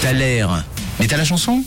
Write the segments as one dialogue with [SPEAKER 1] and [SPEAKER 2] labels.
[SPEAKER 1] salaire. Mais t'as la chanson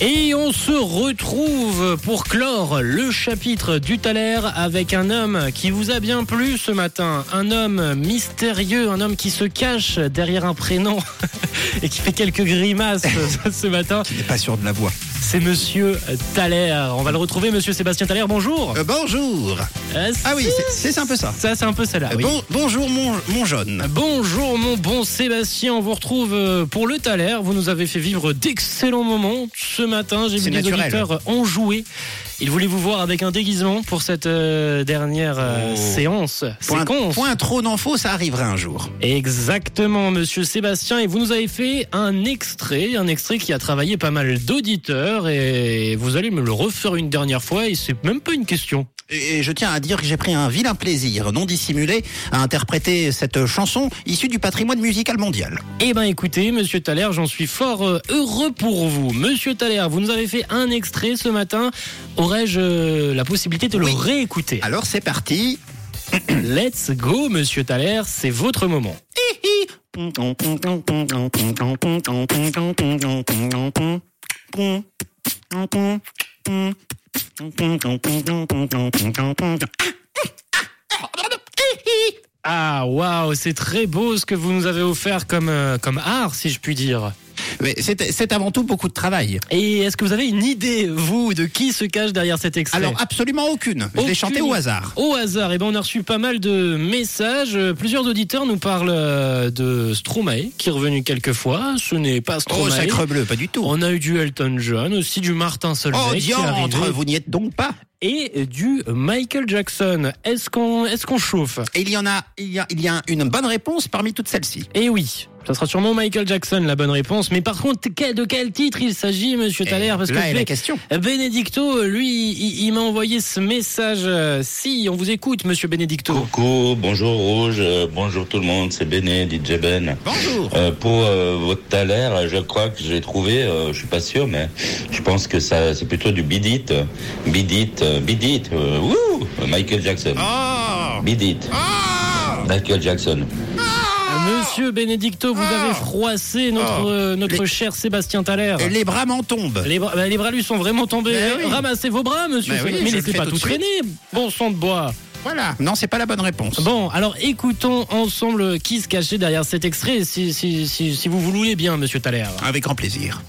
[SPEAKER 2] Et on se retrouve pour clore le chapitre du Thaler avec un homme qui vous a bien plu ce matin. Un homme mystérieux, un homme qui se cache derrière un prénom et qui fait quelques grimaces ce matin.
[SPEAKER 1] T'es pas sûr de la voix.
[SPEAKER 2] C'est monsieur Thaler. On va le retrouver, monsieur Sébastien Thaler. Bonjour.
[SPEAKER 3] Euh, bonjour.
[SPEAKER 2] Euh,
[SPEAKER 3] Ah oui, c'est- c'est c'est un peu ça.
[SPEAKER 2] ça, c'est un peu ça là.
[SPEAKER 3] Euh,
[SPEAKER 2] oui.
[SPEAKER 3] bon- bonjour mon, mon jaune.
[SPEAKER 2] Bonjour mon bon Sébastien, on vous retrouve euh, pour le Thaler. Vous nous avez fait vivre d'excellents moments ce matin. J'ai vu
[SPEAKER 3] C'est
[SPEAKER 2] des
[SPEAKER 3] naturel.
[SPEAKER 2] auditeurs enjoués. Ils voulaient vous voir avec un déguisement pour cette euh, dernière euh,
[SPEAKER 3] Oh.
[SPEAKER 2] séance.
[SPEAKER 3] Point,
[SPEAKER 2] séquence.
[SPEAKER 3] point trop d'infos, ça arrivera un jour.
[SPEAKER 2] Exactement, monsieur Sébastien. Et vous nous avez fait un extrait, un extrait qui a travaillé pas mal d'auditeurs. Et vous allez me le refaire une dernière fois. Et c'est même pas une question.
[SPEAKER 3] Et je tiens à dire que j'ai pris un vilain plaisir, non dissimulé, à interpréter cette chanson issue du patrimoine musical mondial.
[SPEAKER 2] Eh ben écoutez, monsieur Thaler, j'en suis fort euh, heureux pour vous. Monsieur Thaler, vous nous avez fait un extrait ce matin. Aurais-je euh, la possibilité de le
[SPEAKER 3] Oui.
[SPEAKER 2] réécouter Ah,
[SPEAKER 3] Alors c'est parti.
[SPEAKER 2] Let's go, monsieur Thaler, c'est votre moment. Ah waouh, c'est très beau ce que vous nous avez offert comme, euh, comme art, si je puis dire.
[SPEAKER 3] Mais C'est c'est avant tout beaucoup de travail.
[SPEAKER 2] Et est-ce que vous avez une idée, vous, de qui se cache derrière cet extrait
[SPEAKER 3] Alors absolument aucune. Je l'ai
[SPEAKER 2] Aucune-
[SPEAKER 3] chanté au hasard.
[SPEAKER 2] Au hasard, et ben on a reçu pas mal de messages. Euh, Plusieurs auditeurs nous parlent euh, de Stromae, qui est revenu quelques fois. Ce n'est pas
[SPEAKER 3] Oh
[SPEAKER 2] Stromae.
[SPEAKER 3] sacre bleu, pas du tout.
[SPEAKER 2] on a eu du Elton John, aussi du Martin Solveig,
[SPEAKER 3] Oh
[SPEAKER 2] qui est arrivé,
[SPEAKER 3] diantre, vous n'y êtes donc pas.
[SPEAKER 2] et du Michael Jackson. Est-ce qu'on est qu'on chauffe
[SPEAKER 3] Et il y en a, il y a, il y a une bonne réponse parmi toutes celles-ci.
[SPEAKER 2] Eh oui, ça sera sûrement Michael Jackson la bonne réponse. Mais par contre, quel- de quel titre il s'agit, Monsieur Thaler Parce
[SPEAKER 3] Et
[SPEAKER 2] que
[SPEAKER 3] Eh, là
[SPEAKER 2] je
[SPEAKER 3] est
[SPEAKER 2] vais-
[SPEAKER 3] la question.
[SPEAKER 2] Benedicto, lui, il, il m'a envoyé ce message. euh, Si, on vous écoute, Monsieur Benedicto.
[SPEAKER 3] Oh.
[SPEAKER 4] Coucou, bonjour Rouge, euh, bonjour tout le monde, c'est Béné, DJ Ben.
[SPEAKER 3] Bonjour.
[SPEAKER 4] Euh, pour euh, votre taler, je crois que j'ai trouvé, euh, je suis pas sûr, mais je pense que ça, c'est plutôt du Bidit, Bidit, euh, Bidit, wouh, Michael Jackson,
[SPEAKER 3] Oh
[SPEAKER 4] Bidit, Michael Jackson.
[SPEAKER 2] Euh, Monsieur Benedicto, vous avez froissé notre,
[SPEAKER 3] Ah
[SPEAKER 2] euh, notre
[SPEAKER 3] Oh. Les-
[SPEAKER 2] cher Sébastien Thaler.
[SPEAKER 3] Et Les bras m'en tombent.
[SPEAKER 2] Les bras, bah, les bras lui sont vraiment tombés.
[SPEAKER 3] Mais oui.
[SPEAKER 2] Ramassez vos bras, monsieur.
[SPEAKER 3] Mais oui,
[SPEAKER 2] il
[SPEAKER 3] je le
[SPEAKER 2] n'était
[SPEAKER 3] fais
[SPEAKER 2] pas
[SPEAKER 3] tout
[SPEAKER 2] tout
[SPEAKER 3] de suite.
[SPEAKER 2] traîné. Bon sang de bois.
[SPEAKER 3] Voilà. Non, c'est pas la bonne réponse.
[SPEAKER 2] Bon, alors écoutons ensemble qui se cachait derrière cet extrait, si, si, si, si vous voulez bien, monsieur Thaler.
[SPEAKER 3] Avec grand plaisir.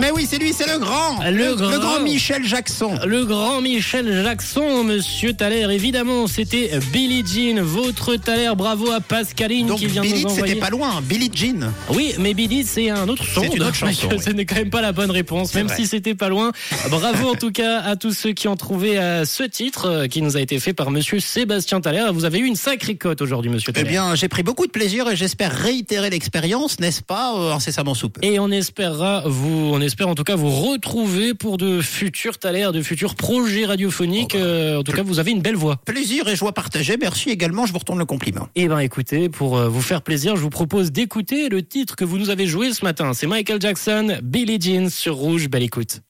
[SPEAKER 3] Mais oui, c'est lui, c'est le grand.
[SPEAKER 2] Le grand. Euh,
[SPEAKER 3] Michel Jackson.
[SPEAKER 2] Le grand Michel Jackson, monsieur Thaler, évidemment, c'était Billie Jean, votre Thaler. Bravo à Pascaline
[SPEAKER 3] Donc
[SPEAKER 2] qui vient
[SPEAKER 3] Billy,
[SPEAKER 2] nous envoyer.
[SPEAKER 3] c'était pas loin. hein. Billy Jean.
[SPEAKER 2] Oui, mais Billy, c'est un autre son.
[SPEAKER 3] C'est une autre chanson,
[SPEAKER 2] Ce n'est quand même pas la bonne réponse, même
[SPEAKER 3] vrai.
[SPEAKER 2] si c'était pas loin. Bravo en tout cas à tous ceux qui ont trouvé euh, ce titre euh, qui nous a été fait par Monsieur Sébastien Thaler. Vous avez eu une sacrée cote aujourd'hui, Monsieur
[SPEAKER 3] Eh
[SPEAKER 2] Thaler.
[SPEAKER 3] bien, j'ai pris beaucoup de plaisir et j'espère réitérer l'expérience, n'est-ce pas, euh, incessamment sous peu.
[SPEAKER 2] Et on espérera vous, on espère en tout cas vous retrouver pour de futurs Thaler, de futurs projets radiophoniques.
[SPEAKER 3] Oh bah.
[SPEAKER 2] Euh, en tout cas, vous avez une belle voix.
[SPEAKER 3] Plaisir et joie partagée. Merci également. Je vous retourne le compliment.
[SPEAKER 2] Eh ben écoutez, pour euh, vous faire plaisir, je vous propose d'écouter le titre que vous nous avez joué ce matin. C'est Michael Jackson, Billie Jean sur Rouge. Belle écoute.